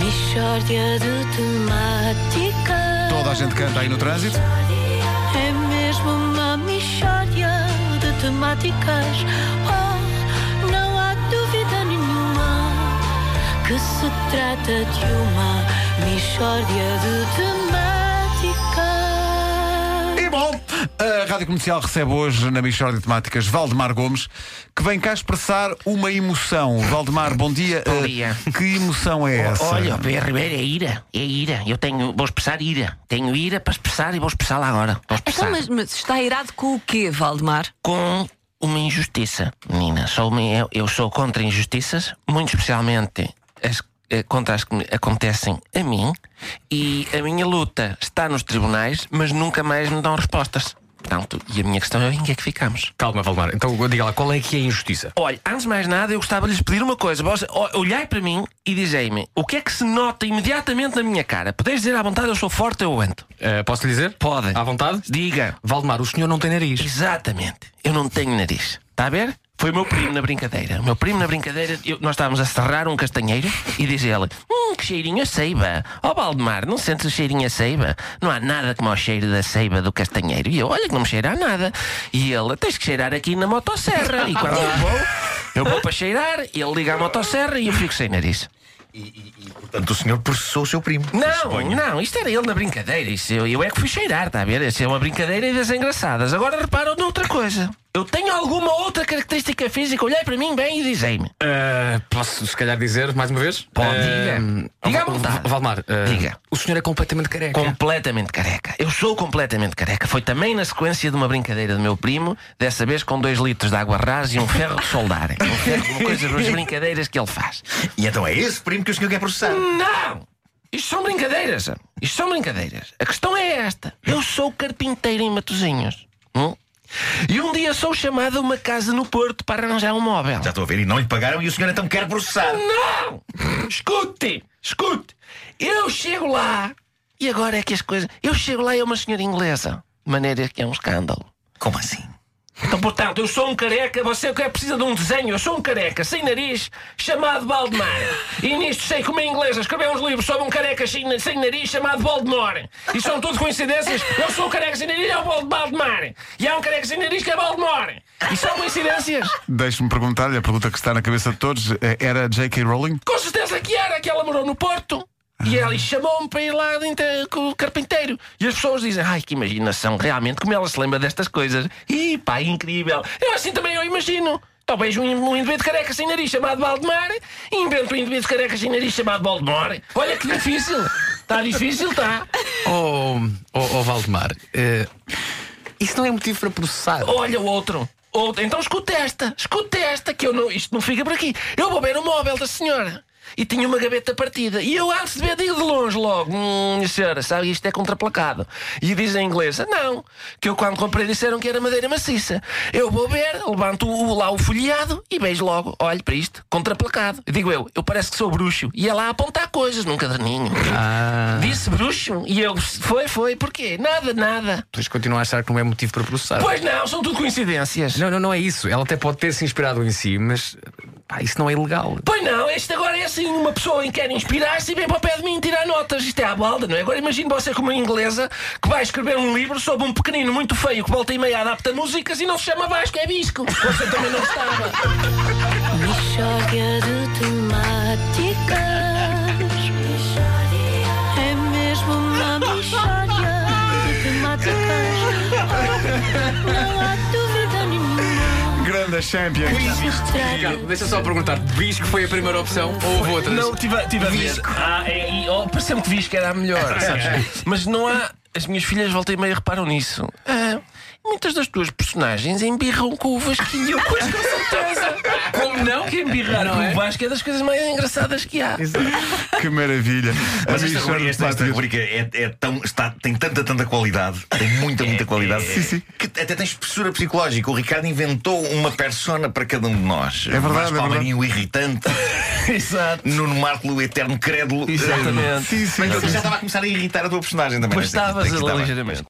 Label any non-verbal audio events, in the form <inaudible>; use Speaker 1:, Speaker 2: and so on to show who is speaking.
Speaker 1: Mixórdia de temáticas.
Speaker 2: Toda a gente canta aí no trânsito.
Speaker 1: É mesmo uma mixórdia de temáticas. Oh, não há dúvida nenhuma que se trata de uma mixórdia de temáticas.
Speaker 2: E bom, a Rádio Comercial recebe hoje na Michórdia de Temáticas Valdemar Gomes, que vem cá expressar uma emoção. Valdemar, bom dia.
Speaker 3: Bom
Speaker 2: Eh,
Speaker 3: dia.
Speaker 2: Que emoção é essa?
Speaker 3: Olha, o Pedro Ribeiro é ira, é ira. Eu tenho, vou expressar ira. Tenho ira para expressar e vou expressá-la agora. Vou expressar.
Speaker 4: Então, mas, mas está irado com o quê, Valdemar?
Speaker 3: Com uma injustiça, menina. Sou uma- eu, eu sou contra injustiças, muito especialmente as eh, contra as que me acontecem a mim. E a minha luta está nos tribunais, mas nunca mais me dão respostas. Portanto, e a minha questão é em que é que ficamos?
Speaker 5: Calma, Valdemar. Então diga lá, qual é que é a injustiça?
Speaker 3: Olha, antes de mais nada, eu gostava de lhes pedir uma coisa. Vós o- olhai para mim e dizei-me o que é que se nota imediatamente na minha cara. Podeis dizer à vontade, eu sou forte, eu aguento.
Speaker 5: Eh, posso lhe dizer?
Speaker 3: Pode.
Speaker 5: À vontade?
Speaker 3: Diga.
Speaker 5: Valdemar, o senhor não tem nariz.
Speaker 3: Exatamente. Eu não tenho nariz. Está a ver? Foi o meu primo na brincadeira. O meu primo na brincadeira, eu- nós estávamos a serrar um castanheiro e diz ele: Hum, que cheirinho a seiba. Ó Valdemar, não sentes o cheirinho a seiba? Não há nada como o cheiro da seiba do castanheiro. E eu, olha que não me cheira a nada. E ele: Tens que cheirar aqui na motosserra. E quando eu vou, eu vou para cheirar, ele liga a motosserra e eu fico sem nariz.
Speaker 6: Portanto, o senhor processou o seu primo.
Speaker 3: Não, não, isto era ele na brincadeira. Isso eu, eu é que fui cheirar, está a ver? Isso é uma brincadeira e das engraçadas. Agora reparam noutra coisa. Eu tenho alguma outra característica física? Olhei para mim bem e dizei-me.
Speaker 5: Eh, posso, se calhar, dizer mais uma vez?
Speaker 3: Pode,
Speaker 5: Eh,
Speaker 3: diga. Diga à vontade.
Speaker 5: Valdemar, eh,
Speaker 3: Diga.
Speaker 5: o senhor é completamente careca.
Speaker 3: Completamente careca. Eu sou completamente careca. Foi também na sequência de uma brincadeira do meu primo, dessa vez com dois litros de água rasa e um ferro de soldar. Um ferro,
Speaker 6: <laughs>
Speaker 3: uma coisa das brincadeiras que ele faz.
Speaker 6: E então é esse primo que o senhor quer processar.
Speaker 3: Não! Isto são brincadeiras. Isto são brincadeiras. A questão é esta. Eu sou carpinteiro em Matozinhos. Hum? E um dia sou chamado a uma casa no Porto para arranjar um móvel.
Speaker 6: Já estou a ver, e não lhe pagaram e o senhor então quer processar.
Speaker 3: Não! Escute! Escute! Eu chego lá e agora é que as coisas. Eu chego lá e é uma senhora inglesa. De maneira que é um escândalo.
Speaker 6: Como assim?
Speaker 3: Então, portanto, eu sou um careca, você que é precisa de um desenho, eu sou um careca, sem nariz, chamado Valdemar. E nisto sei como em inglês escrever uns livros sobre um careca sem, sem nariz chamado Voldemort. E são tudo coincidências, eu sou o careca sem nariz, é o Vol- Valdemar. E há um careca sem nariz que é Voldemort. E são coincidências.
Speaker 2: Deixe-me perguntar-lhe, a pergunta que está na cabeça de todos, eh, era J.K. Rowling?
Speaker 3: Com certeza que era, que ela morou no Porto. E ela chamou-me para ir lá de inter- com o carpinteiro. E as pessoas dizem, ai, que imaginação, realmente, como ela se lembra destas coisas. Ih, pá, incrível. Eu assim também eu imagino. Talvez um, um indivíduo careca sem nariz chamado Valdemar e invento um indivíduo careca sem nariz chamado Valdemar. Olha que difícil. Está difícil, tá. está.
Speaker 5: Oh, oh, oh, Valdemar, eh, isso não é motivo para processar.
Speaker 3: Olha o outro. outro. Então escuta esta, escuta esta, que eu não, isto não fica por aqui. Eu vou ver o móvel da senhora. E tinha uma gaveta partida. E eu, antes de ver, digo de longe logo: Hum, minha senhora, sabe, isto é contraplacado. E diz a inglesa: Não, que eu quando comprei disseram que era madeira maciça. Eu vou ver, levanto o, lá o folheado e vejo logo: Olho para isto, contraplacado. E digo eu: Eu parece que sou bruxo. E é lá a apontar coisas num caderninho.
Speaker 5: Ah.
Speaker 3: Disse bruxo. E eu: Foi, foi, porquê? Nada, nada.
Speaker 5: Pois continua a achar que não é motivo para processar.
Speaker 3: Pois não, são tudo coincidências.
Speaker 5: Não, não, não é isso. Ela até pode ter se inspirado em si, mas pá, isso não é ilegal.
Speaker 3: Pois não, este agora é assim, uma pessoa em que quer inspirar-se e vem para o pé de mim tirar notas. Isto é à balda, não é? Agora imagine você como uma inglesa que vai escrever um livro sobre um pequenino muito feio que volta e meia adapta músicas e não se chama Vasco, é Bisco. Você também não gostava.
Speaker 1: Mixórdia de temáticas. É mesmo uma mixórdia de temáticas. Oh, não há dúvida nenhuma
Speaker 2: Grande champion.
Speaker 1: que se trata
Speaker 5: Ricardo, deixa só perguntar: Bisco foi a primeira opção ou houve outras?
Speaker 3: tive a, tive a ver. Ah, é, e, oh, pareceu-me que Visco era a melhor, sabes? Mas não há. As minhas filhas volta e meia reparam nisso. Ah, muitas das tuas personagens embirram com o Vasquinho, pois com certeza. Como não? Que embirrar com o Vasco é das coisas mais engraçadas que há.
Speaker 2: Que maravilha.
Speaker 6: Mas
Speaker 2: A
Speaker 6: esta
Speaker 2: Michórdia
Speaker 6: rubrica,
Speaker 2: de
Speaker 6: esta, esta
Speaker 2: Temáticas.
Speaker 6: rubrica é, é tão, está, tem tanta, tanta qualidade, tem muita, muita qualidade,
Speaker 2: Sim, sim.
Speaker 6: É, que até tem espessura psicológica. O Ricardo inventou uma persona para cada um de nós.
Speaker 2: verdade,
Speaker 6: Vasco
Speaker 2: é verdade.
Speaker 6: Palmeirinho, o <laughs> irritante,
Speaker 3: <laughs> Exato.
Speaker 6: Nuno Marco, o eterno crédulo.
Speaker 3: Exatamente.
Speaker 2: Sim, sim.
Speaker 6: Mas já estava a começar a irritar a tua personagem também.
Speaker 3: Pois
Speaker 6: Aqui- aqui
Speaker 3: estavas
Speaker 6: estava.
Speaker 3: ligeiramente.